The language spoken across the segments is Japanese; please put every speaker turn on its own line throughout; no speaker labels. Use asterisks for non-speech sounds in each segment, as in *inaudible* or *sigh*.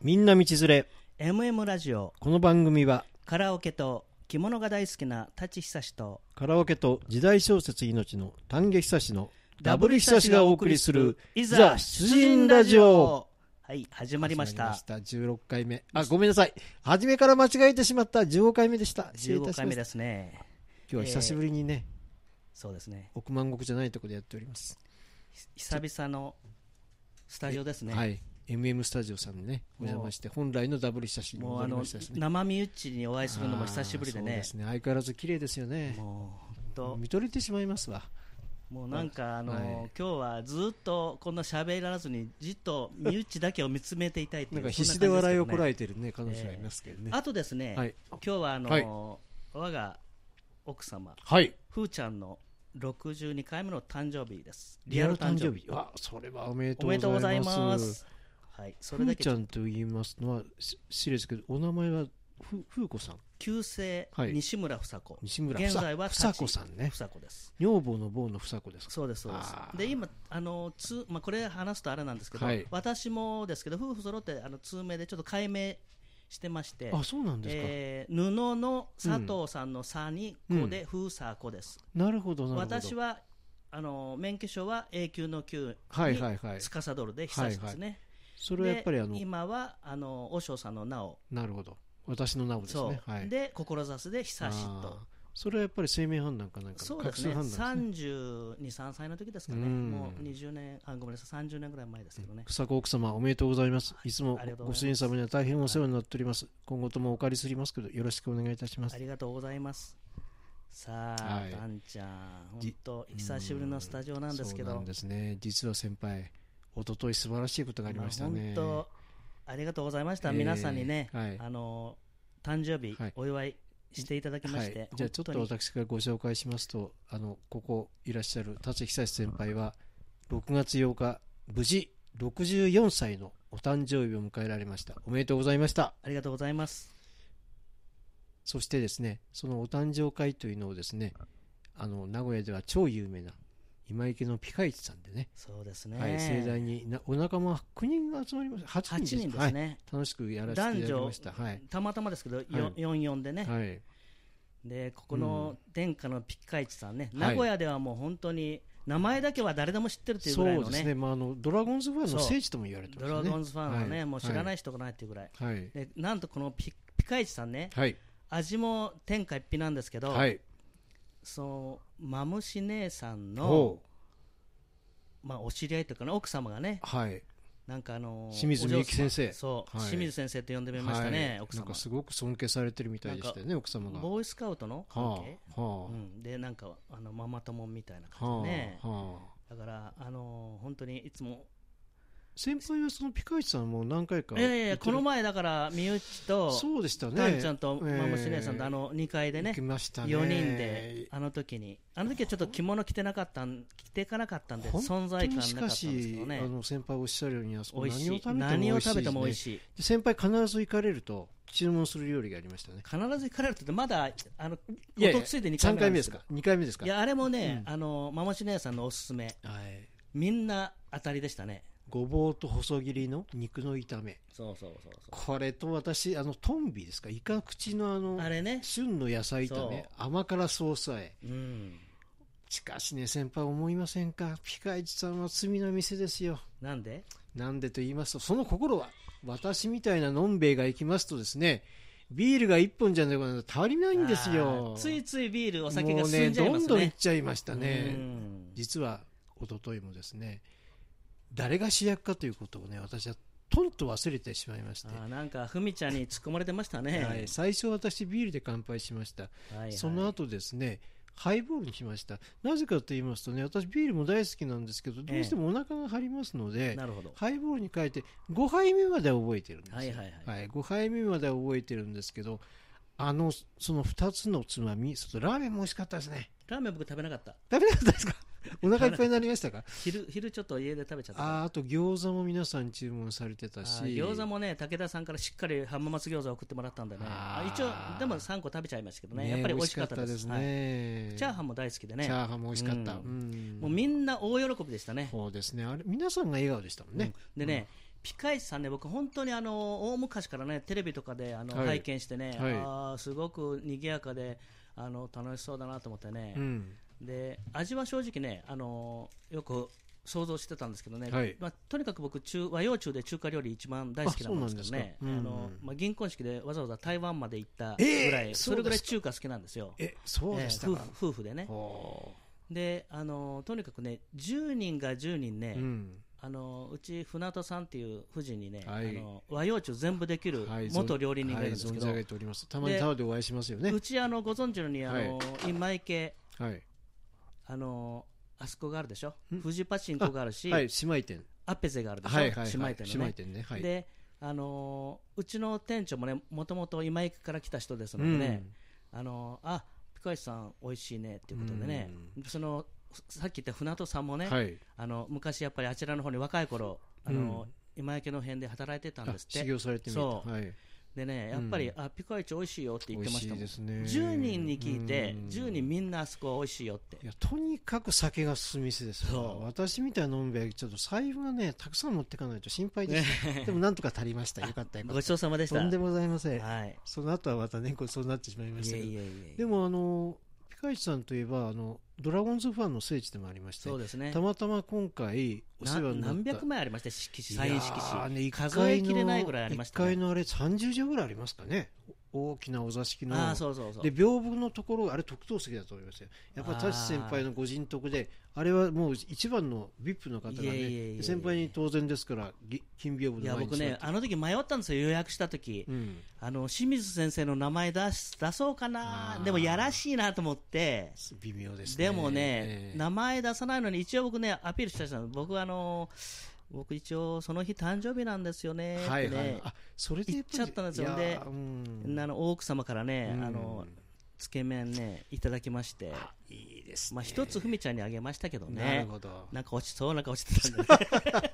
みんな道連れ
MM ラジオ
この番組は
カラオケと着物が大好きな舘久志と
カラオケと時代小説命の丹下久志のダブル久志がお送りするいざ出陣ラジオ
はい始まりました
始まりました16回目あごめんなさい初めから間違えてしまった15回目でした失礼いた
15
し
回
ま
目
し
で
た
すね
今日は久しぶりにね、
そうですね
億万石じゃないところでやっております、
久々のスタジオですね、
はい MM スタジオさんにねお邪魔して本来のダブル久志に
もう
戻
あ
り
の
ましたですね
生身内にお会いするのも久しぶりで
あーそう
ね
ですね相変わらず綺麗ですよね
もう本当
見とれてしまいますわ
もうなんかあの、
はい
今日はずっとこんな喋らずにじっと身内だけを見つめていたいってい
な
うん
か必死で笑いをこら
え
えてるね彼女がいますけどね、
あとですね、
はい
今日はあの、
はい
我が奥様
はい
ふーちゃんの62回目の誕生日です
リアル誕生日わそれはおめで
おめで
と
と
う
う
ご
ご
ざ
ざ
い
い
ま
ますすはいそ
ふ
れだ
ー
け
ちゃんと言いますのはし失礼ですけどお名前はふふうこさん
旧姓、
はい
西村房子
西村
現在は
ふさふさこさんね
房子です
女房の房のふさこですか
そうですそうです
あー
で今あのつ、まあ、これ話すとあれなんですけど、
はい
私もですけど夫婦揃ってあの通名でちょっと改名してまして
あそうなんですか、
えー布の佐藤さんの「さ」に「子」で「ふうさこ」です、
なるほどなるほど
私はあの免許証は永久の9
はいはいはい
に司るで久しですね、
それはやっぱりあの
で今はあの和尚さんの名を
なるほど私の名をです
そう
ねはい
で志で久しと
あーそれはやっぱり生命判断かなんか
そうで
学
すね
習判断ですね
32、3歳の時ですかね、
うん
もう20年あごめんなさい30年ぐらい前ですけどね、
ふさこ奥様おめでとうございますいつも
ありがとう
ご
ご
主
ざいま
人
す
様には大変お世話になっております今後ともお借りすりますけどよろしくお願いいたします
ありがとうございますさあ、
はい
ダンちゃん
じ
本当久しぶりのスタジオなんですけ
そう
ど
なんですね実は先輩一昨日素晴らしいことがありましたね、
まあ本当ありがとうございました、
えー
皆さんにね、
はい
あの誕生日
はい
お祝いしていただきまして、
はい、じゃあちょっと
本当に
私からご紹介しますとあのここいらっしゃる舘久志先輩は6月8日無事64歳のお誕生日を迎えられましたおめでとうございました
ありがとうございます
そしてですねそのお誕生会というのをですねあの名古屋では超有名な今池のピカイチさんでね、
そうですね、
はい、盛大になお仲間9人が集まりました8
8
人です
人で
は
す
い、
ね、
楽しくやらせていただきましたはい、
たまたまですけど、よ44でね、
はい
でここの殿下のピッカイチさんね、
はい
名古屋ではもう本当に名前だけは誰でも知ってるっていうぐらい
そう
の
で
ね
すね、まあ、あのドラゴンズファンの聖地とも言われてます
ド
ね。
ラゴンズファンはね、
い。
もう知らないい人がないっていうぐらい、
はい。
でなんとこのピピカイチさんね
はい。
味も天下一品なんですけど、
はい。
そうマムシ姉さんの
ほ、
まあ、お知り合いというかね奥様がね
う。はい。
なんかあの
清水美幸先生
お嬢様そう、
はい
清水先生って呼んでみました
はい
ね、奥
なん
様
かすごく尊敬されてるみたいでしたよね、奥様が。は
ボーイスカウトの
あ。
関
は
係、
あ。は
うん、でなんかあのママ友みたいな
あ。
感じでね、
はあ。
だから、あのー本当にいつも、
先輩はそのピカイチさんも何回か。
いやいや、この。前、だから、身内と、
そうでしたね。
タンちゃんと、
ええ
マムシ姉さんと、あの2階で
行
ね
き、ましたね。
4人で、。あの時に、あの時はちょっと着物着てなかったん、着ていかなかったんで、存
本当
在感
に
なか
し
ったん
か
ですけ
し
ど、
あ
ね、
の先輩おっしゃるように、あそこ
美味し
何を食べても美味しい。
い何を食べても美味
い。
しい。
で先輩必ず行かれると、注文する料理がありましたね。
必ず行かれるって言って、まだ、あの、
いやいや
おとついで2
3
回
回目
目なんで
ですす
けど
か。2回目ですか
い。や、あれもね、あの、マムシ姉さんのおすすめ、
はい。
みんな当たりでしたね。
ごぼうと細切りの肉の炒め
そうそうそう
これと私あのトンビですかイカ口のあの
あれね。
旬の野菜炒め甘辛ソース和え
うん。
しかしね先輩思いませんかピカイチさんは罪の店ですよ
なんで
なんでと言いますとその心は私みたいなのんべえが行きますとですねビールが1本じゃなくて足りないんですよ
あーついついビール、お酒
も
が
う
進
ね
んじゃい
ど
ま
ん
す
どん行
ね
っ。ちゃいました
う
ね
ん
実は一昨日もですね誰が主役かということをね私はとんと忘れてしまいまして
あーなんか、ふみちゃんに突っ込まれてましたね。
はい、最初私ビールで乾杯しました、
はいはい
その後ですねハイボールにしましたなぜかと言いますとね私ビールも大好きなんですけどどうしてもお腹が張りますので、
なるほど。
ハイボールに変えて5杯目までは覚えてるんですよ、
はいはいはい。
はい、5杯目までは覚えてるんですけどあのその2つのつまみそのラーメンも美味しかったですね
ラーメン僕食べなかった。
食べなかったですかお腹いっぱいになりましたか
昼、昼ちょっと家で食べちゃったから。
あーあと餃子も皆さん注文されてたし
あー餃子もね、武田さんからしっかり浜松餃子送ってもらったんでね。
あ
あ
ー
一応、でも3個食べちゃいましたけどね。やっぱり美味しかったです。はい
ね
チャーハンも大好きでね
チャ。ーハンも美味しかった、
うん
うん
もうみんな大喜びでしたね。
そうですねあれ皆さんが笑顔でしたもんね、
うんでね、ピカイチさんね、僕、本当にあの大昔からね、テレビとかであの、
はい
拝見してね、
はい
あーすごく賑やかであの楽しそうだなと思ってね、
うん
で味は正直ね、あのよく想像してたんですけどね、
はい
まあ、とにかく僕中、和洋中で中華料理、一番大好きなんですけどね、
あ
あ
そうなんですかうん
のまあ、銀婚式でわざわざ台湾まで行った
え
ぐ
ー
らい、それぐ
そうで
らい
すか
中華好きなんですよ。
えそうでした
えー
か、
夫婦夫婦でね、
ほ
であのとにかくね、10人が10人ね、
ううん
あのうち船戸さんっていう夫人にね、
はい
あの和洋中全部できる
はい
元料理人がいるんですけど、
はい、存じ上げておりますたまにタワーでお会いしますよね
うちあのご存知のようにあの、今池
はい、
あのあそこがあるでしょ
ん
フジパチンコがあるし
はい、姉妹店
アッペゼがあるでしょ、
はいはい、はい、
姉妹店のね
姉妹店ねはい
であのうちの店長もねもともと今池から来た人ですのでね、あのあピカイチさん美味しいねっていうことでね、そのさっき言った船戸さんも
う
ね、
ん、はい
あの昔やっぱりあちらの方に若い頃あの、今池の辺で働いてたん
あ
ですっ
修
て
行されてみた
そう
はい
でねやっぱり、あピカイチ美味しいよって言ってましたもん
美味しいですね
10人に聞いて
うん
10人みんなあそこ美味しいよって
いやとにかく酒が進み店ですから
そう
私みたいな飲んべえちょっと財布がねたくさん持っていかないと心配です、でも
*laughs*
なんとか足りましたよかったよか
ご
っ
ちそうさまで
た
した
とんでもございません、
はい
その後はまたねごちそうになってしまいまし
い
た
え
けど
いえいえ
でもあのピカイチさんといえばあのドラゴンズファンの聖地でもありまして
そうですね
たまたま今回お世話
な
になった
何百枚ありました色紙サイン色
いやー
紙、
ね
数えきれないぐらいありました
1
ね
階のあれ30畳ぐらいありますかねお大きなお座敷の
ああそうそうそう
で屏風のところあれ特等席だと思いますよやっぱ
あー
舘先輩のご人徳であれはもう一番の VIP の方がね
いえいえいえいえ
先輩に当然ですからぎ金屏
い
風
や
の前に座
僕
って
ねあの時迷ったんですよ予約した時、
うん、
あの清水先生の名前出し出そうか
あ
な
ー
でもやらしいなと思って
微妙ですね
でもね、
ええ
名前出さないのに一応僕ねアピールしたじゃん僕あの僕一応その日誕生日なんですよねってね、
はいはいあそれでやぱり
行っちゃったんですよ
いや
で
ーうん
あの大奥様からね、
うん
あのつけ麺ねいただきまして
いいですね
まあ一つふみちゃんにあげましたけど
なる
ね
ほど
なんか落ちそうなんか落ちてたんで、
*laughs*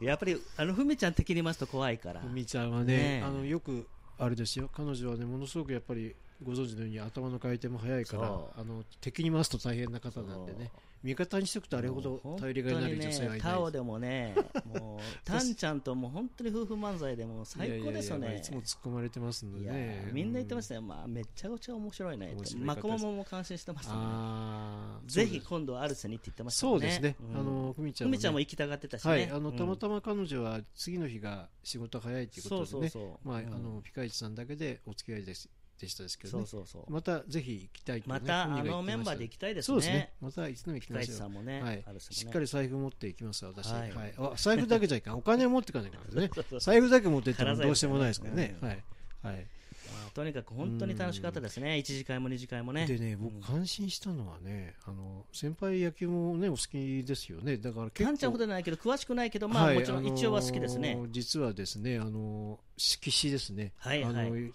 ね、やっぱりあのふみちゃん敵にいますと怖いから
ふみちゃんはね
ねえ
あのよくあれですよ彼女はねものすごくやっぱりご存知のように頭の回転も速いから
そ
あの敵に回すと大変な方なんでね味方にしておくとあれほど頼りがいのある女性はいない
本当にねタオでもね
*laughs*
もうタンちゃんともう本当に夫婦漫才でもう最高ですよ
いやいやいや
ね
いつも突っ込まれてますの
い
で
や
ね
ーみんな言ってまし
す
たよ、まあ、めちゃくちゃ面白いねって
面白い方
マコモも感心してましたね
あー
ぜひ今度はアルセにって言ってました
そ
も
うん
ね
ですね
うん
あのふみちゃ
ふ
ん
みちゃんも
ね
行きたがってたしね、
はいあの
うん
たまたま彼女は次の日が仕事早いということ
そ
で
う
ね
そうそう
まああ
うん
のピカイチさんだけでお付き合いですでしたですけど
そ
ね
うそうそう
またぜひ行きたいとね
また
本
あ
人が言って
のメン
ました
バーで行きたいです
そうですね
ね。
またいつでも行き
深
ま
市
しょ
さ
うん
もね、
はい
アルセもね、
しっかり財布持っていきます、私。は
はいい。
あ、財布だけじゃいかん。お金持っていかないからね。
*laughs* そうそう
財布だけ持ってってもどうしてもないですからね
空。財
はい。はい。
まあとにかく本当に楽しかったですね、一次会も二次会もね。
でね、僕感心したのはね、あの、先輩野球もね、お好きですよね。だから結構。
カンちゃんほどじゃないけど、詳しくないけど、まあ、
い
もちろ
あ
ん
のー
一応は好きですね。
実はですね、あの、色紙ですね。
はい
あ
はい
の、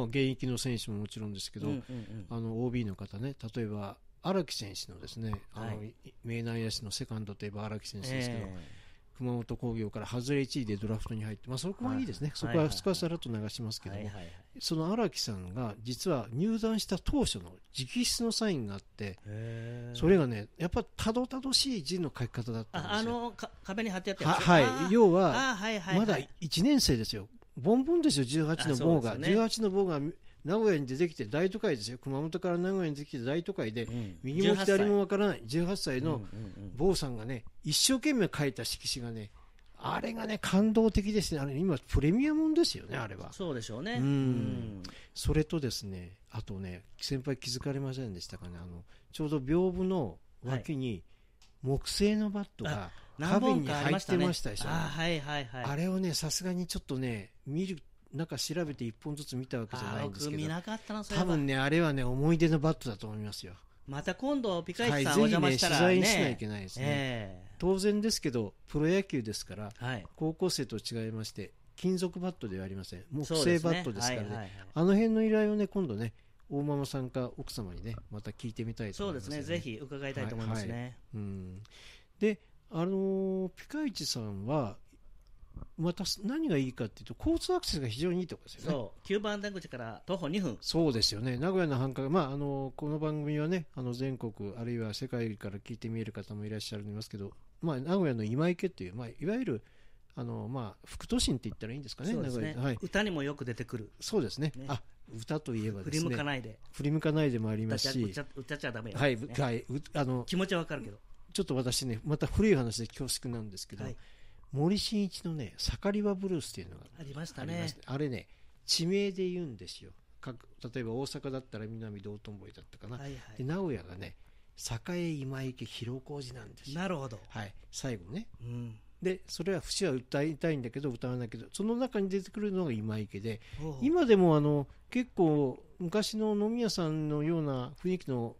まあ、現役の選手ももちろんですけ
うん
ど
う、んうん
あの OB の方ね、例えば荒木選手のですね、あの、
はい
名内野手のセカンドといえば荒木選手ですけど、
え
熊本工業から外れ1位でドラフトに入って、まあ、そこはいいですね、
はい
そこ
はい
は
はい
2日さらっと流します
え
けど
は
も、
いはいはい。
その荒木さんが実は入団した当初の直筆のサインがあって、
へー
それがね、やっぱたどたどしい字の書き方だったん
ああ
ですよ。
のか壁に貼ってあった
は
やつ
はい、要は、
あーはいはいはい
まだ1年生ですよ、ボンボンですよ、18の棒
あ
が、
そうですよね
18の棒が名古屋に出てきて大都会ですよ、熊本から名古屋に出てきて大都会で、
うん
右も
18
左もわからない18歳の
うんうんうん
坊さんがね一生懸命書いた色紙がねあれがね感動的ですねあれ今プレミアムですよねあれは
そうでしょうね。
うん
うん
それとですねあとね先輩気づかれませんでしたかねあのちょうど屏風の脇に木製のバットが
何
花瓶
本
に
かあり
入
ま
っ
した
て
ね。
ましたでしょ
あーはいはいはい。
あれをねさすがにちょっとね見るなんか調べて一本ずつ見たわけじゃ
あ
な
ー
いんです
僕
け
見
ど
なかったな、それ
多
は
分。ねあれはね思い出のバットだと思いますよ
また今度、ピカイ
は
チ
い
さん
ぜ
お
ひ
邪魔
ね取
したらね。
材しなきゃいけないですね、
え
当然ですけどプロ野球ですから
えはい。
高校生と違いまして金属バットではありません木
そう
製
で
バットですからね
はいはいはい
あの辺の依頼をね今度ね大ママさんか奥様にねまた聞いてみたいと
そう
思い
で
ますす、
ね、ぜ、ひ伺いたいと思いますね。
うん、であのーピカイチさんはまた何がいいかっていうと交通アクセスが非常にいいところですよね
そう、九番出口から徒歩2分。
そうですよね名古屋の繁華街、まあ、あのこの番組はねあの全国あるいは世界から聞いてみえる方もいらっしゃいますけど、まあ、名古屋の今池っていう、まあ、いわゆるあのまあ副都心って言ったらいいんですかね
そうですね、
名古屋はい、
歌にもよく出てくる、
そうですね
ね
あ歌といえば
振
で
り
す
向
ね
かないで、
振り向かないでもあり
歌
ま
っち
す
ゃ
し
歌っ歌っちゃだめよ、
はい、
ね
はいうあの
気持ちはわかるけど、
ちょっと私ねまた古い話で恐縮なんですけど、
はい
森進一のね「盛り場ブルース」っていうのが
ありまし
あ
た
りま
ね
す、ねあれね地名で言うんですよ各例えば大阪だったら南道頓堀だったかな、
はいは
で名古屋がね栄今池広小路なんです
い、
よ
なるほど、
はい最後ね
うん、
でそれは節は歌いたいんだけど歌わないけどその中に出てくるのが今池で
ほうほう
今でもあの結構昔の飲み屋さんのような雰囲気の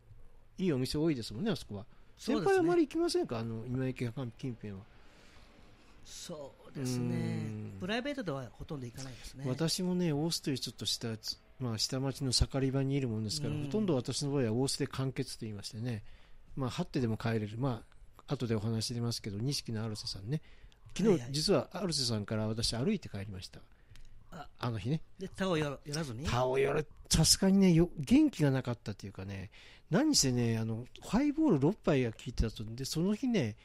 いいお店多いですもんねあそこは
そう
先
です
輩
ね
あまり行きませんかあの今池近辺は、
そうです
う
ね
ん、
プライベートではほとんど行かないですね、
私もね大須というちょっとしたつまあ、下町の盛り場にいるもんですから、
うん
ほとんど私の場合は大須で完結と言いましてね、まあ、張ってでも帰れる、まあ後でお話し出ますけど錦のアルセさんね昨
はい
日
はい
実はアルセさんから私歩いて帰りました、
あ
あの日ね
で、他をよ寄らずに、
他をよれさすがにねよ元気がなかったというかね何せねあのハイボール6杯が効いてたとでその日ね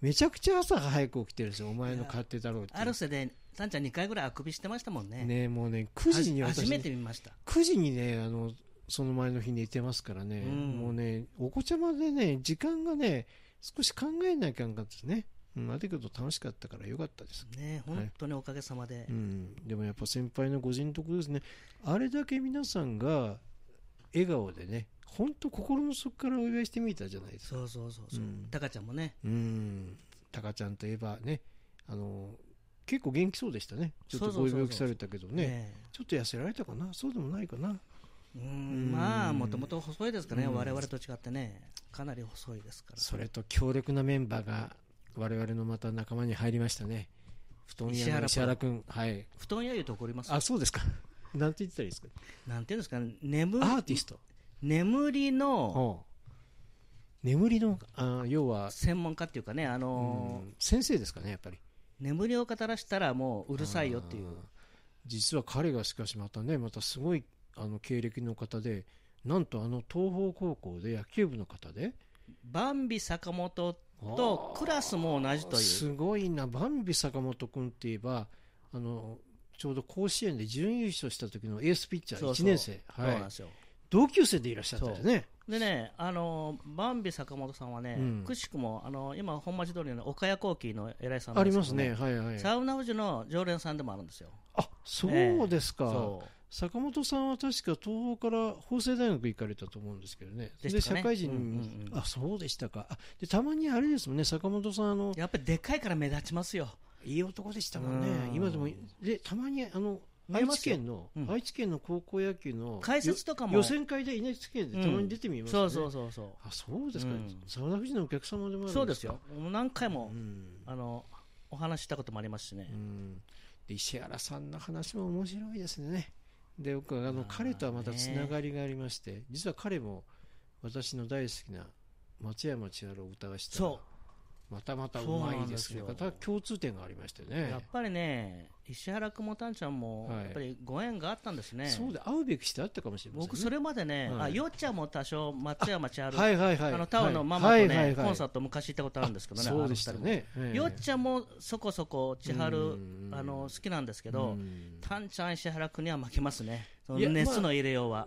めちゃくちゃ朝早く起きてるんですよお前の勝手だろうっていう
アルセで、たんちゃん2回ぐらいあくびしてましたもんね、
ねもうね9時に
はじ
私
初
ね
めて見ました、
9時にねあのその前の日寝てますからね、
うん
もうねお子ちゃまでね時間がね少し考えなきゃいけなかったですね、うん、あれだけど楽しかったからよかったです、
ね、本当におかげさまで、
うん、でもやっぱ先輩のご人徳ですねあれだけ皆さんが笑顔でね本当心の底からお祝いしてみたじゃないですか
そうそうそうそう
うん、
タカちゃんもね、
うんタカちゃんといえばねあの結構元気そうでしたねちょっと
そう
ご
そうそうそう
病気されたけどね
ね
ちょっと痩せられたかなそうでもないかなう
う
ん
んまあもともと細いですからね、
うん
我々と違ってね、かなり細いですから、
それと強力なメンバーが我々のまた仲間に入りましたね。布団
石
屋
原
の
プロ
石原君、はい。
布団や言うと怒りますよ
あ、そうですか。なんて言ってたらいいですか。
なんていうんですかね、眠
アーティスト。
眠りの
おう眠りの、あ要は、
専門家っていうかね、あの
うん先生ですかね、やっぱり。
眠りを語らしたら、もうう
う
るさいよっていう、。
実は彼がしかしまたね、またすごいあの経歴の方で、なんとあの東邦高校で野球部の方で、
バンビ坂本とクラスも同じという、
すごいな、バンビ坂本君って言えば、あのちょうど甲子園で準優勝した時のエースピッチャー、
そうそ
1
う
年生、
そう
は
ないんですよ。
同級生でいらっしゃったよね、
でね、あのバンビ坂本さんはね、
うん
くしくもあの今、本町通りの岡谷工機の偉いさんな
あ
んで
り
け
ま
ど
すね、はいはい、
サウナ富士の常連さんでもあるんですよ。
あそうですか、
そ
坂本さんは確か東宝から法政大学行かれたと思うんですけどね、
で
で
し
社
たね
会人、
うんうんうん
あそうでしたかあで、たまにあれですもんね、坂本さん、あの
う。やっぱりでっかいから目立ちますよ。
いい男でしたもんね
う、ん
今でも、でたまにあの
見え
愛
ま
知
すよ
県の、
うん
愛知県の高校野球の
解説とかも。
予選会で NHK でたまに出てみましたね、
そうそうそうそ
あそうですか、
うん
サウナ富士のお客様でもあ
う。
るん
そうですよ
か。
もう何回
う
も、
ん、
あの、お話ししたこともありますし
う
ね。
んで石原さんの話も面白いですねで僕はあの
まあね
彼とはまたつながりがありまして、実は彼も私の大好きな松山千春を歌わした
そ
またまたうまいですね
そう
ま
なんですよ
た共通点がありまして
う。
ね
やっぱりね、石原くんもたんちゃんも、
はい
やっぱりご縁があったんですね。
そうで会うべきしてあったかもしれませんね
僕、それまでね、
はい
あ、よっちゃんも多少、松山千春、
はいはいは
あ
い
の、タオのママと
はいはい
ね、
はい
コンサート昔行ったことあるんですけどね、
そうでしたね、
あ
ええ
の二人も。よっちゃんもそこそこ千春
うん、
あの、好きなんですけ
う、
ど
ん
タンちゃん、石原君には負けますね、その
いや
熱の入れようは、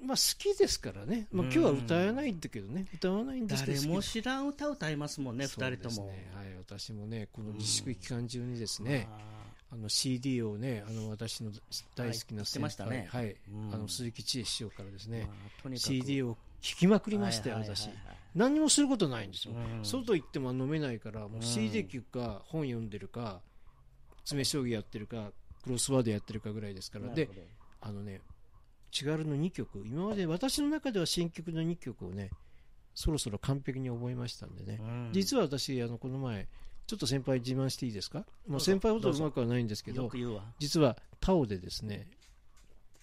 まあ好きですからね、まあ、今日は歌えないんだけどね、歌わないんですけど
誰
好き
も知らん歌歌いますもんね、
そう
2
で
人と
す
も。
ねはい、私もね、この自粛期間中にですね、
あ
あの CD をね、あの私の大好きな先輩、
はい言ってましたね
はい
うん
あの鈴木千恵師匠からです
ー
ね
ま、あとにかく
CD を聴きまくりましたよ、
はいはいはい
私
はい。
何にもすることないんですよ。
うん
外行っても飲めないから、もう
ん
CD 聴くか、本読んでるか、詰め将棋やってるか、クロスワードやってるかぐらいですから、
なる
で
ほ、ど
あのね、チガルの2曲、今まで私の中では新曲の2曲をね、そろそろ完璧に覚えましたんでね、
うん
実は私あのこの前ちょっと先輩自慢していいですか、まあ、
どうぞ
先輩ほどうまくはないんですけど
よく言うわ、
実はタオでですね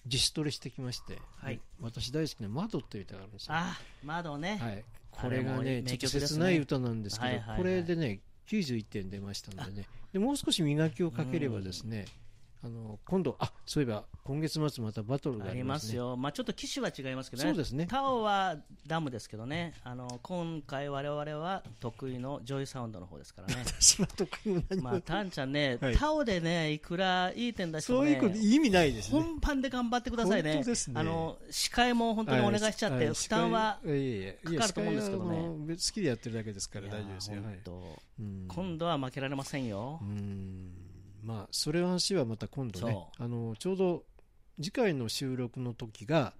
自主トレしてきまして、
はい
私大好きな「窓」っていう歌があるんですよ、は
あ窓ね、
い、これが
あれ
ねちょっと
も名曲ですね
切ない歌なんですけど、
はいはいはい
これでね91点出ましたのでねでもう少し磨きをかければですねあの今度あそういえば今月末またバトルが
あ
あ
り
り
ま
ます,、
す
ね、
よ、まあ、ちょっと機種は違いますけどね、
そうですね、
タオはダムですけどね、あの今回、我々は得意のジョイサウンドの方ですからね
*laughs* 私は得意も何も
まあ、タンちゃんね、
はい
タオでね、いくらいい点出して
そ
も、
う
ね、
いうこと意味ないですね。
本番で頑張ってくださいね、
本当ですね
あの司会も本当にお願いしちゃって、負担は。かかると思うんですけどね
ね。好きでやってるだけですから
いや
大丈夫ですよ。はい
本当
うん
今度は負けられませんよ
う、んまあそれの話はまた今度ね
そ
あのちょうど次回の収録の時が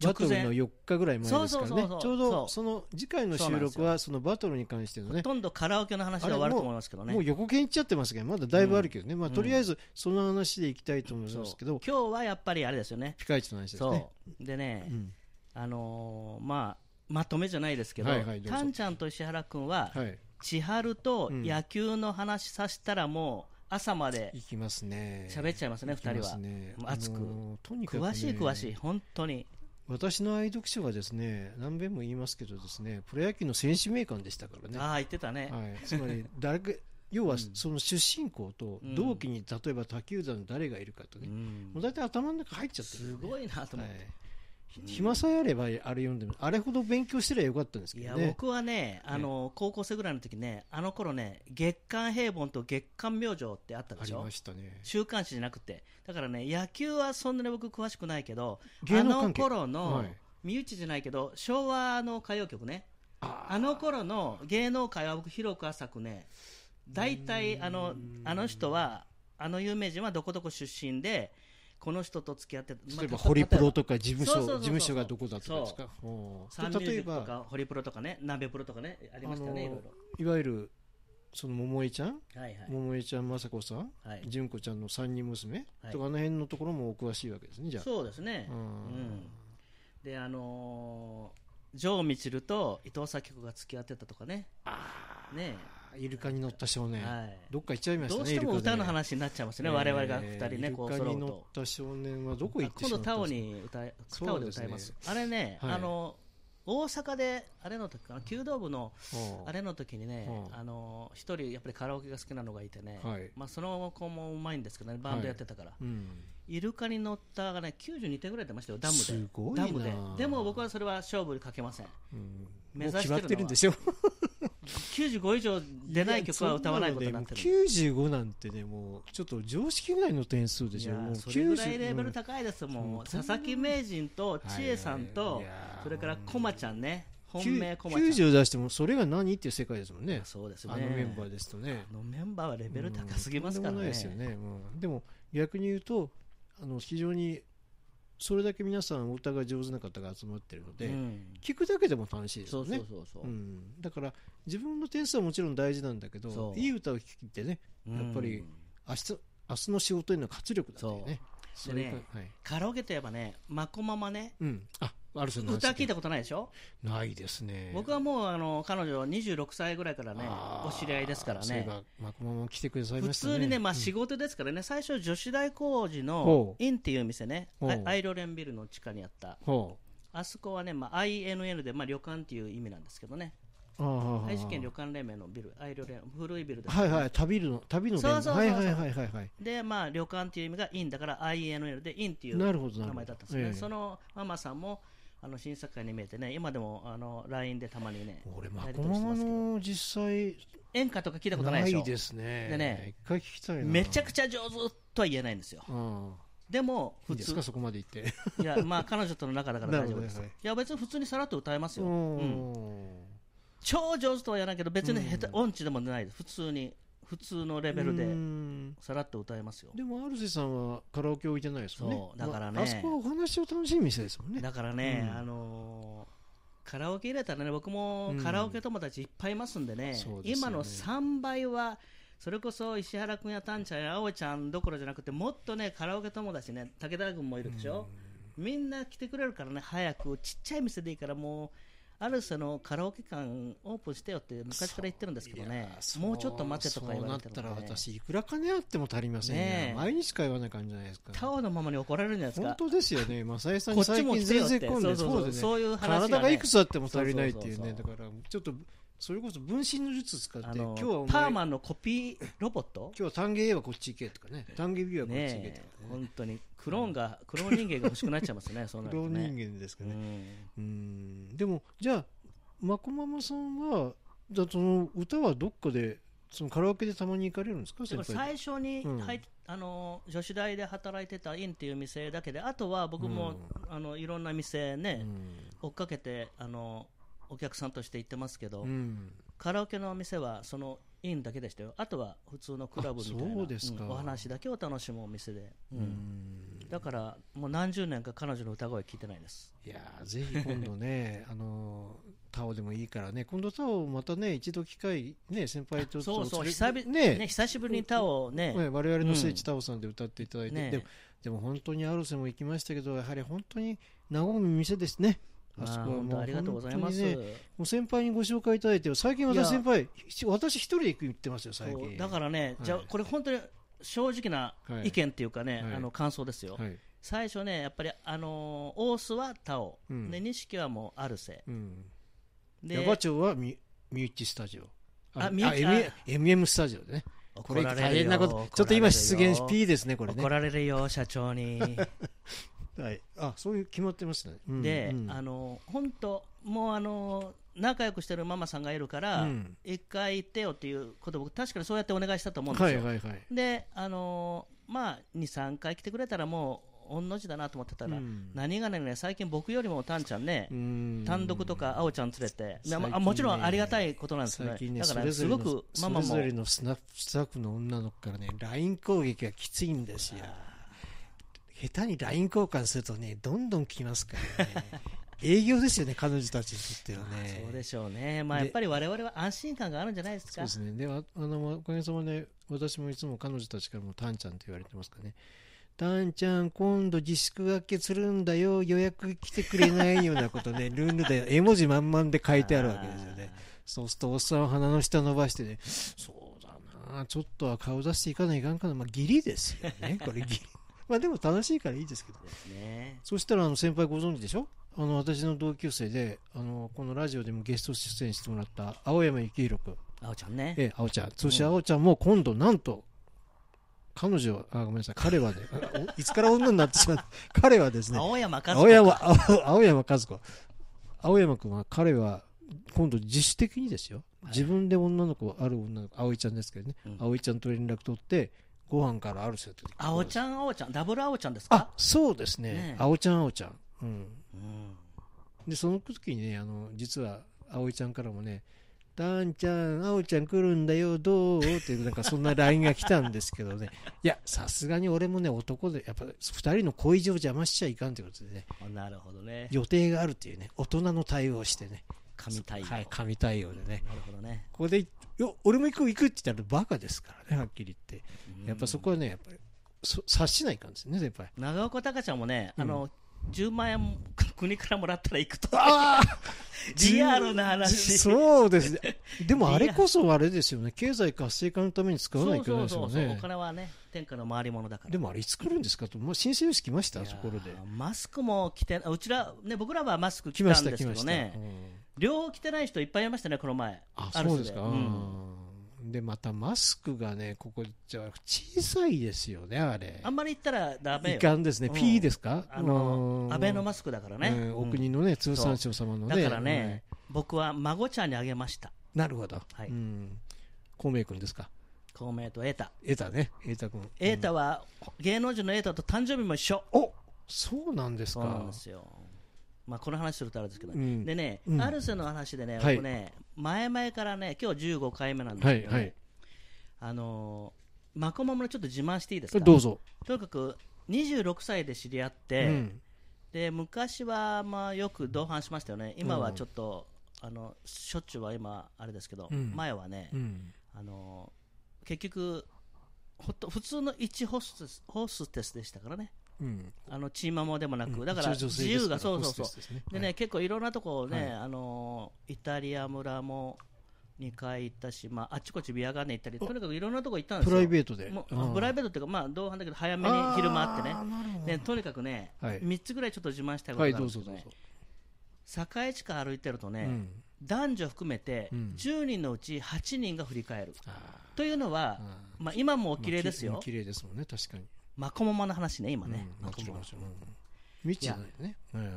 直
バトル
前
の4日ぐらい前ですから
そうそう
ね
そうそう
ちょう
そ
ど
う
その次回の収録はそのバトルに関しての
ほ
ね
とんどカラオケの話で終わると思いますけどね
もう横剣いっちゃってますけどまだだいぶあるけどねまあとりあえずその話でいきたいと思い
そう
ますけど
今日はやっぱりあれですよね
ピカイチの話ですね
そうでね、
うん
あのーまあまとめじゃないですけど、
はいはいどうぞ
タンちゃんと石原君は、
はい
千春と野球の話させたらもう朝まで
いきますね
喋っちゃいますね、二人は、もう熱く
とにかくね
詳しい詳しい本当に
私の愛読書がですね何べんも言いますけどですねプロ野球の選手名鑑でしたからね、
ああ言ってたね、
はい、つまり誰か要はその出身校と
うん
同期に例えば他球団の誰がいるかと
う
ね、
ん
もう大体頭の中入っちゃってる
す
よね、
ごいなと思って、
はいひ暇さえあればあれ読んでもあれほど勉強してりゃよかったんです
い
け
や
どね
僕はね、あの高校生ぐらいの時ね、あの頃ね、月刊平凡と月刊明星ってあった
あ
でし
り
ょ
ま、したね
週刊誌じゃなくて、だからね、野球はそんなに僕、詳しくないけど、
芸
あ
能
の
関係
頃の、
はい
身内じゃないけど、昭和の歌謡曲ね、
あ
あの頃の芸能界は僕、広く浅くね、大体あのあの人は、あの有名人はどこどこ出身で、この人と付き合って、
例えば
まあ
ホリプロとか事務
そう
所
そうそうそう
事務所がどこだとかですかほう
サンミュー
例
ジ
え
ックと
ば
か、ホリプロとかね、鍋プロとかね、ありましたね、
あ
い
の
ろ
ー
い
いわゆるその桃江ちゃん
ろ。はいはい
桃江ちゃん、雅子さん、
はい
純子ちゃんの三人娘
はい
とか、あの辺のところもお詳しいわけですね、じゃあ。
そうですね、
う
うんんであのー、ジョー・ミチルと伊藤咲子が付き合ってたとかねね
あーイルカに乗った少年、
はい
どっか行っちゃいましたね、
どうしても
イルカ
歌
で
の話になっちゃいますね、我々が二人
え
ね
ー
こう
イルカ
揃
に
う
乗
と
った少年はどこ行って
今
しま
度
った
タ
ん
オ
ですか
に歌え
そうですね
タオで歌いますあれね、
はい
あの大阪であれの時かな弓道部の
はあ
あれの時にね、
はあ
あの一人やっぱりカラオケが好きなのがいてね、
はい
まあその子もうまいんですけどねバンドやってたから、
うん
イルカに乗ったがね92点ぐらい出ましたよダムです
ごいな
ダムででも僕はそれは勝負にかけません
うん
目
もう
指してるのは
決まってるんでしょ、
95以上出ない曲は歌わないことになってる
*laughs* いやそんなのねもう95なんてね、もうちょっと常識ぐらいの点数で
い
し
や
ょ、もう
それぐらい
90
レベル高いです
うん
も
もうん
佐々木名人と千恵さん
はい
と
はいはい
それからこまちゃんね
うん
本命こまちゃん
90出しても、それが何っていう世界ですもんね、
そうですね
あのメンバーですとね。
あのメンバーはレベル高すぎますから
うんとんでもない
ね
ですよね、うんでも逆に言うとあの非常にそれだけ皆さんお互い上手な方が集まってるので、
うん
聞くだけでも楽しいです
そ
よ
うそう
ね
そうそううん
だから自分の点数はもちろん大事なんだけど
そう
いい歌を聴いてねやっぱり
うん
明日明日の仕事への活力だっていうね
そう
れが
でね
はい
カラオケといえばねまこままね
うん、あアルセンの話
歌聞いたことないでしょ
ないですね
僕はもうあの彼女26歳ぐらいからね
あー
お知り合いですから
そういえ
ね
ばマコママ来てください
普
ましたね
通にね、まあ、
うん
仕事ですからね、最初、女子大工事
ほ
のインっていう店ね、
ほう
あアイロレンビルの地下にあった、
ほ
あそこはね、まあ、INN で、まあ、旅館っていう意味なんですけどね、
うああ
愛知県旅館連盟のビル、アイロレン、古いビルです、
はいはい旅の旅の現場
そうそうそうそう
はいはいはいはいはい
で、まあ、旅館っていう意味がインだから、INN でインっていう
なるほどなる
名
ほど
前だったんですね、
ええ
そのママさんもあの新作会に見えてね、今でもあの LINE でたまにね、
俺マ
やり
コ
取り
マ
し
マ
てますけど
の実際
演歌とか聞いたこと
な
な
い
でし
い
ょ、
ですね
でね
一回聞きたいな
めちゃ
ち
くちゃ上手とは言えないんですよ。
ゃうん
でも
いい
普
です
通
かそこまで言って
いや、まあ、彼女との中だから大丈夫です。
なるほどねはい
いや、別に普通にさらっと歌えます
う
よ。うん
ん
超上手とは言わないけど、別に下手、
うん
音痴でもないです。普通に、普通のレベル
う
で、
ん
さらっと歌えますよ。
でもアルセさんはカラオケ置いてないですもんね
そうだからね
まああそこはお話を楽しみにしてですもんね
だからね、
うん
あのーカラオケ入れたらね、僕も
うん
カラオケ友達いっぱいいますんでね、
そうですよね
今の3倍は、それこそ石原君やタンちゃんや青ちゃんどころじゃなくて、もっとね、カラオケ友達ね、武田君もいるでしょ、みんな来てくれるからね、早く、ちっちゃい店でいいから、もう、あるそのカラオケ館オープンしてよって昔から言ってるんですけどね
いやー、
もうちょっと待てとか言われて
そうなった
る
ら
ので、ね、
私いくら金あっても足りませんよ、
ねえ
毎日会話な感じじゃないですか
タオのままに怒られるんじゃないです
本
か。
当ですよ
*laughs*
ね、正江さん
こ
に
っち
最
も
近
来てよ
全
って
然混んで、
そうそうそう
ですね
そういう話がね
体がいくつあっても足りないっていう
そう
ね、
そう
だ
そう
からちょっとそれこそ分身の術使って
あ
今
の
日はお前
パーマンのコピーロボット
今日は単元 A はこっち行けとかね単元 B はこっち行けと
ね
か
え
ね
本当にクローンが、クローン人間が欲しくなっちゃいます
*laughs*
ねそうな
不
ると
動
ね
人間ですか
う
ね
ん
うんでもじゃあまこママさんはじゃあその歌はどっかでそのカラオケでたまに行かれるんですか
だ
先
から
輩
最初に
うん
入っ、あの女子大で働いてたインっていう店だけであとは僕も、あのいろんな
で
店
う
ね、
ん
追っかけてあのお客さんとして行ってますけど、
うん
カラオケのお店はそのインだけでしたよあとは普通のクラブみたいな
あそうですか
んお話だけを楽しむお店で、うん
うん
だからもう何十年か彼女の歌声聞いてないです
いやー
*laughs*
ぜひ今度ねあのータオでもいいからね今度タオまたね一度機会ね先輩と
そう
ちょ
そう
っと
久々、
ね
ね、久しぶりに歌をね、
ね我々の聖
う
地
ん
タオさんで歌っていただいて、
ね
でもでも本当にアロセも行きましたけどやはり本当に和む店ですね
まあ
そ
本当ありがとうございます、
本当にねもう先輩にご紹介いただいて最近
いや
私先輩ひ私一人で行く言ってますよ最
そう
近
だからね、じゃあ
はい
これ本当に正直な
はい
意見っていうかね、
はい
あの感想ですよ、
はい
最初ねやっぱりあのー大須はタオ、
うん
で錦はもうアルセ
うん、矢
で
場町はみミュッチスタジオ
あみゆき
M- MM スタジオでねこれ大変なことちょっと今出現し P ですねこれね
怒られるよ社長に
はい、あそういう決まってますね。うん
で、
うん
あの本当もうあの仲良くしてるママさんがいるから、
うん
一回行ってよっていうこと僕確かにそうやってお願いしたと思うんです
は
よ、
いはいはい。
であのーまあ23回来てくれたらもう御の字だなと思ってたら、
うん
何がね最近僕よりもタンちゃんね、
うん
単独とか青ちゃん連れて、
最近
ま
ね
あ、もちろんありがたいことなんですけど
最
ね
近ね、
だか
そ
ら
れぞ
す
れ
ご
の
くママ
そ
も
れぞれのスナップスタッフの女の子からね、LINE 攻撃がきついんですよ。下手に LINE 交換するとね、どんどん来ますからね。
*laughs*
営業ですよね、彼女たちにとってはね。
そうでしょうね、まあ、
で
やっぱり我々は安心感があるんじゃないです
そう
か
ですね。で、ああの、おかげさまで、私もいつも彼女たちからも、タンちゃんと言われてますからね。タンちゃん、今度自粛がけするんだよ、予約来てくれないようなこと *laughs* ね、ルンルで絵文字満々で書いてあるわけですよね。そうすると、おっさんは鼻の下伸ばしてね、そうだなあ、ちょっとは顔出していかないかんかな。まあ、ギリですよね、 *laughs* これギリ。まあ、でも楽しいからいいですけど。
ですね
そしたらあの先輩ご存知でしょあの私の同級生であのこのラジオでもゲスト出演してもらった青山幸宏君
青ちゃんね、
ええ、あおちゃん。そしてあおちゃんも今度、なんと、彼女は、あ、ごめんなさい、彼はね、 *laughs* あおいつから女になってしまった。 *laughs* 彼はですね、
青山和子
青山、青青山和子。青山君は、彼は、今度自主的にですよ。自分で女の子、ある女の子、葵ちゃんですけどね
うん、
葵ちゃんと連絡取って、ご飯からあるせって。
青ちゃん青ちゃんダブル青ちゃんです
あ
か、
そうです
ね
ね
え。
青ちゃん、青ちゃん。うん。
うん
でその時にねあの実は葵ちゃんからもね「ダンちゃん葵ちゃん来るんだよどう?」っていうなんかそんな LINE が来たんですけどねいやさすがに俺もね男でやっぱ2人の恋情を邪魔しちゃいかんということでね
なるほどね
予定があるっていうね大人の対応をしてね
神対応、
はい神対応でね
なるほどね
ここでよ「俺も行く行く」って言ったらバカですからねはっきり言ってやっぱそこはねやっぱりそ察しないかんですよね先輩
長岡隆ちゃんもね、あの10万円 *laughs* 国からもらったら行くと
ああ
*laughs* リアルな話
そうですね。
*laughs*
でもあれこそあれですよね。経済活性化のために使わないといけないですよ
そうそうそうそう
ね
お。金はね天下の回り物だから
でもあれいつ来るんですかと、もう申請用紙来ました
いや
と
ー
ころで。
マスクも着てあうちら、ね、僕らはマスク着
来ま
た
し
ん
た、
です
来
け
まし
ど
た。
ね
うん
両方着てない人いっぱいいましたねこの前
あ、
る
そうですか。
う
うんんで、またマスクがね、ここじゃ小さいですよね、あれ
あ。んまり行ったらダメ
い
よ
かんですね。
うん
P ですか
あの
うん
安倍のマスクだからね、
うんお
うん
国のね、通産省様のね。
だからね、僕は孫ちゃんにあげました
うん。なるほど。
はい
うん孔明君ですか。
公明と瑛太
瑛太ね。瑛太君。
瑛太は、芸能人の瑛太と誕生日も一緒
おそうなんです
そうな
か
んで。すよ。まあ、この話するとあれですけど、
うん
でね、
うん
アルセの話でね、
はい
僕ね、前々からね、今日15回目なんです
は
け
い
どね、
はい。
あのーマコママのちょっと自慢していいですか
どうぞ。
とにかく26歳で知り合って、
うん
で昔はまあよく同伴しましたよね、今はちょっと、あのしょっちゅうは今、あれですけど、
うん
前はね、
うん
あのー結局ほっと、普通の一ホステスホステスでしたからね、
うん
あのチーママでもなく、だから
一応女性
自
です
由
から
が、そうそうそう
ホス。テスですね
でね、
はい
結構いろんなとこをね、
はい
あのーイタリア村も2回行ったし、まあ、あっちこっちビアガーデン行ったり、とにかくいろんなとこ行ったんです
プ
よ。
ライベートで
もうプライベートっていうか、まあ、同伴だけど、早めに昼間あってね。ね、とにかくね、
はい
3つぐらいちょっと自慢したいこと
は
があ
いどう
るんです
ぞ
け
どう
どね
ぞ
堺地下歩いてるとね、
うん
男女含めて
うん
10人のうち8人が振り返る、
あ
というのは
あ、
まあ、今もお
うん
綺麗です
ま
よ
あ、綺麗ですもんね、確かに。
マコモマの話ね、今ね、
うんもちろん、
マ
もち
コ
ろ
モ
ん。うんミッチじゃないよね。はいはい。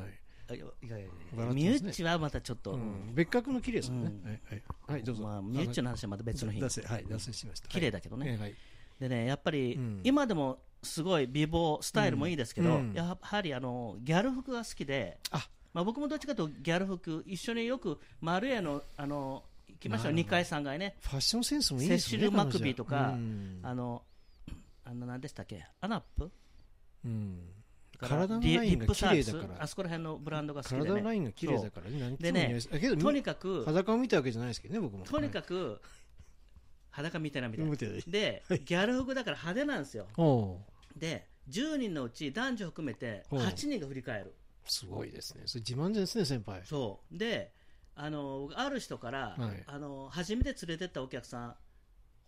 マいやいやいや
笑っ
いや
て
ミ
ますね
ュッチはまたちょっと、
うん別格の綺麗ですもんね
うん。
はいはいはい、どうぞ。
まあ、ミュッチの話はまた別の日
出、せ、はい、出せしました。
綺麗だけど
はい
ね、
ええはい。
でねやっぱり
うん
今でもすごい美貌、スタイルもいいですけど、
うん
やはりあのギャル服が好きで、
あ
まあ、僕もどっちかというとギャル服、一緒によく丸屋のあの行きましたよ、
な
2
るほど
階、3階ね。
ファッションセンスもいいですね。
セシル
彼女
マクビーとか
うん
あの、あの、何でしたっけ、アナップ
うん
から
体の
リ
ライン
リッ
が
プ
綺
サービ
麗
ス
だから
あそこら辺のブランドが好きで、ね、
体のラインが綺麗だからね。何着ても似合いですあけ
そうと
ど、
にかく、
裸を見たわけじゃないですけどね、僕も。
とに
く、
かく、裸見てないみたいな
見。てない。
で、ギャル服だから派手なんですよ。
おう
で、10人のうち男女含めて
うん
8人が振り返る。
すごいですね。それ自慢ですね、先輩。
そう。で、あの、ある人から、
はい
あの、初めて連れてったお客さん、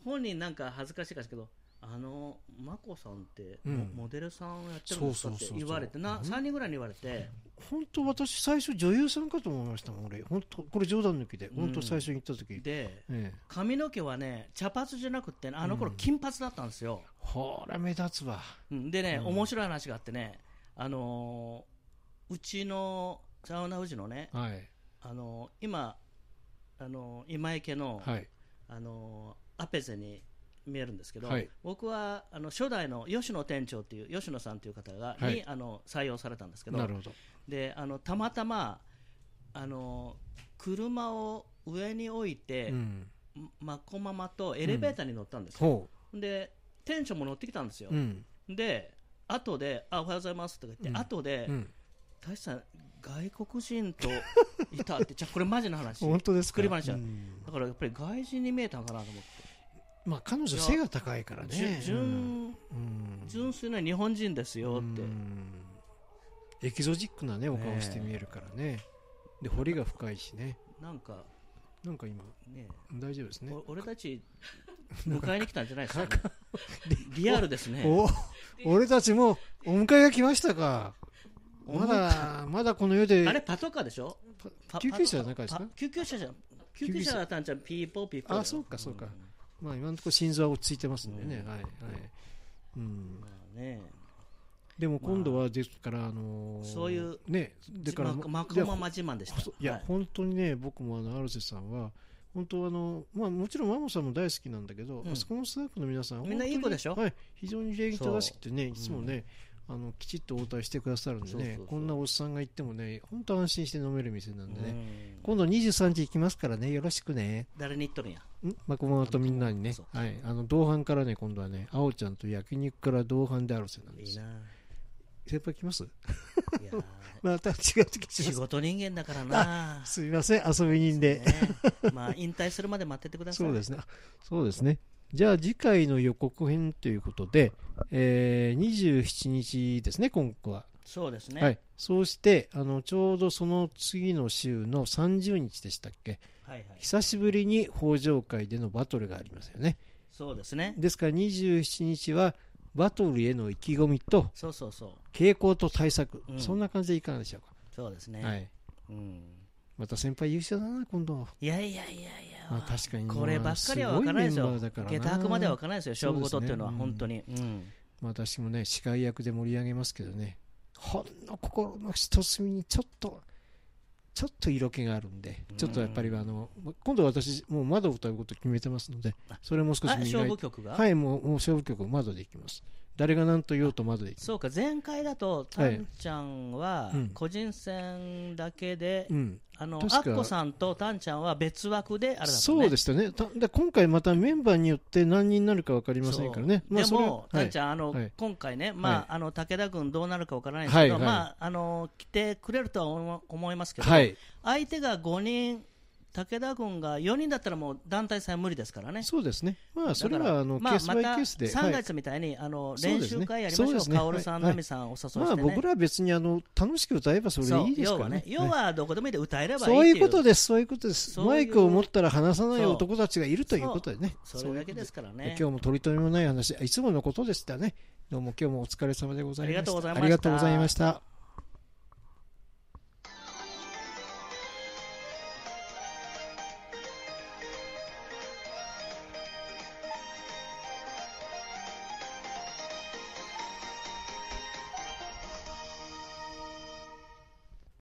本人なんか恥ずかしいかしけど、あの、マコさんって、
うん
モモデルさんをやってるんですか
そうそ
って
うそうそう
言われて、な
うん
3人ぐらいに言われて、
本当私最初女優さんかと思いましたもん俺本当これ冗談抜きで
うん
本当最初に行った時、
で、
ええ、
髪の毛はね、茶髪じゃなくってね、あの頃
うん
金髪だったんですよ。
ほら目立つわ
うんでね、
うん
面白い話があってね、あのーうちのサウナ富士のね、
はい
あのー今、あのー今池の、
はい
あのーアペゼに見えるんですけど、
はい
僕はあの初代の吉野店長っていう吉野さんという方が、
はい
にあの採用されたんですけど
なるほど
であのたまたまあのー車を上に置いて、
うん
マコママとエレベーターに乗ったんですよ、
ほ
で店長も乗ってきたんですよ
うう、ん
で後で「あおはようございます」とか言って、
うん
後で
うん
「大志さん外国人といた」
*laughs*
ってじゃあこれマジの話
本
だ
当ですか
作り話じゃん
うん
からやっぱり外人に見えたのかなと思って
まあ彼女背が高いから
じゅ
ねうん
純
うん
純粋な日本人ですよって
うんエキゾチックなねお顔して見えるからねで彫りが深いしね
なんか
なんか今
ね
大丈夫ですね
お俺
*laughs*
たち迎えに来たんじゃないですか、ね、リリアルですね
お俺たちもお迎えが来ましたかまだまだこの世で
あれパトカーでしょパ
救急車じゃないですか
パトカーパ救急車じゃん救急車だったんじゃんピーポーピーポーだよ
あそうかそうかまあ今のところ心臓は落ち着いてますんでね、
うん
はいはい、うん、
まあね
でも今度はですからあのー
そういう
ねだから
まマコ
いや
ママ自慢でした
ほいや、
はい
本当にね僕もあのアルセさんは本当あのまあもちろんマモさんも大好きなんだけど、
うん
あそこのスタッフの皆さん
みんないい子でしょ
本当にはい非常に礼儀正しくてねいつもね、あのきちっと応対してくださるんでね
そうそうそう
こんなおっさんが行ってもね本当安心して飲める店なんでね、
うん
今度23時行きますからねよろしくね
誰に言っとるんや
んマコママとみんなにね
そう、
はい、あの同伴からね、今度はね、あおちゃんと焼肉から同伴であるせなんで
いい
*laughs* すよ。
な
先輩来ます
いやー
また違う時
仕
しま
事人間だからな
す。すみません、遊び *laughs* 人で。
ねまあ引退するまで待っててください
そうですね。そうですね。じゃあ次回の予告編ということで、えー、27日ですね、今後は。
そうですね
は、い。そうして、あの、ちょうどその次の週の30日でしたっけ、
はいはい
久しぶりに北条会でのバトルがありますよね。
そうですね
ですから27日は、バトルへの意気込みと、
そうそうそう
傾向と対策、
うん
そんな感じでいかがでしょうか、
そうですね、
はい、
うん、
また先輩優秀だな今度、
いやいやいやいや、
まあ、確かに
こればっかりは分からないです
すご
よ
メンバーだから
下
な
駄箱までは分からないですよ勝負事っていうのは
そうですね
本当に、うん
まあ、私もね司会役で盛り上げますけどねほんの心の一隅にちょっとちょっと色気があるんで
うん
ちょっとやっぱりあの今度私もう窓を歌うこと決めてますので
あ
それも少
あ
し
勝
磨い
負
て
曲が、
はいもうもう勝負曲を窓でいきます誰が何と言おうと窓でいきます
そうか前回だとたんちゃんは
うん
個人戦だけで、
うん、
あの
確
ア
か
ッコさんとたんちゃんは別枠であれだったね
そうでしたね、ただ今回またメンバーによって何人になるか分かりませんからね、まあ
で
それは
も、たんちゃん、あの、
はい
今回ね、まあ、
はい
あの、武田君どうなるかわからないですけど、
はいはい
まあ、あの、来てくれるとは思思いますけど、
はい、
相手が5人、武田君が4人だったらもう団体戦無理ですからね。
そうですね。まあ、それ
だから
は、あの、ケ
ま
ース
ま
バイケ
た
ースで。
3
はい
月みたいに、あの、
そう
練
ですね
習会やりまし
そう
ょ
で
う。
すね
カオルさん、
はい
ナミさん、お誘いしてね。
まあ、僕らは別に、あの、楽しく歌えばそれでいいです
そ
か
う要
ら
はね
ね。、
要はどこでもいいで歌えればいい
そう
っ
い
て
うことです、そういうことです。
そういう
マイクを持ったら離さない
そう
男たちがいるということでね。
それだけです
か
からね。
今日も取り留めもない話、いつものことでしたね。どうも今日もお疲れ様でございました。
ありがとうございました
ありがとうございました。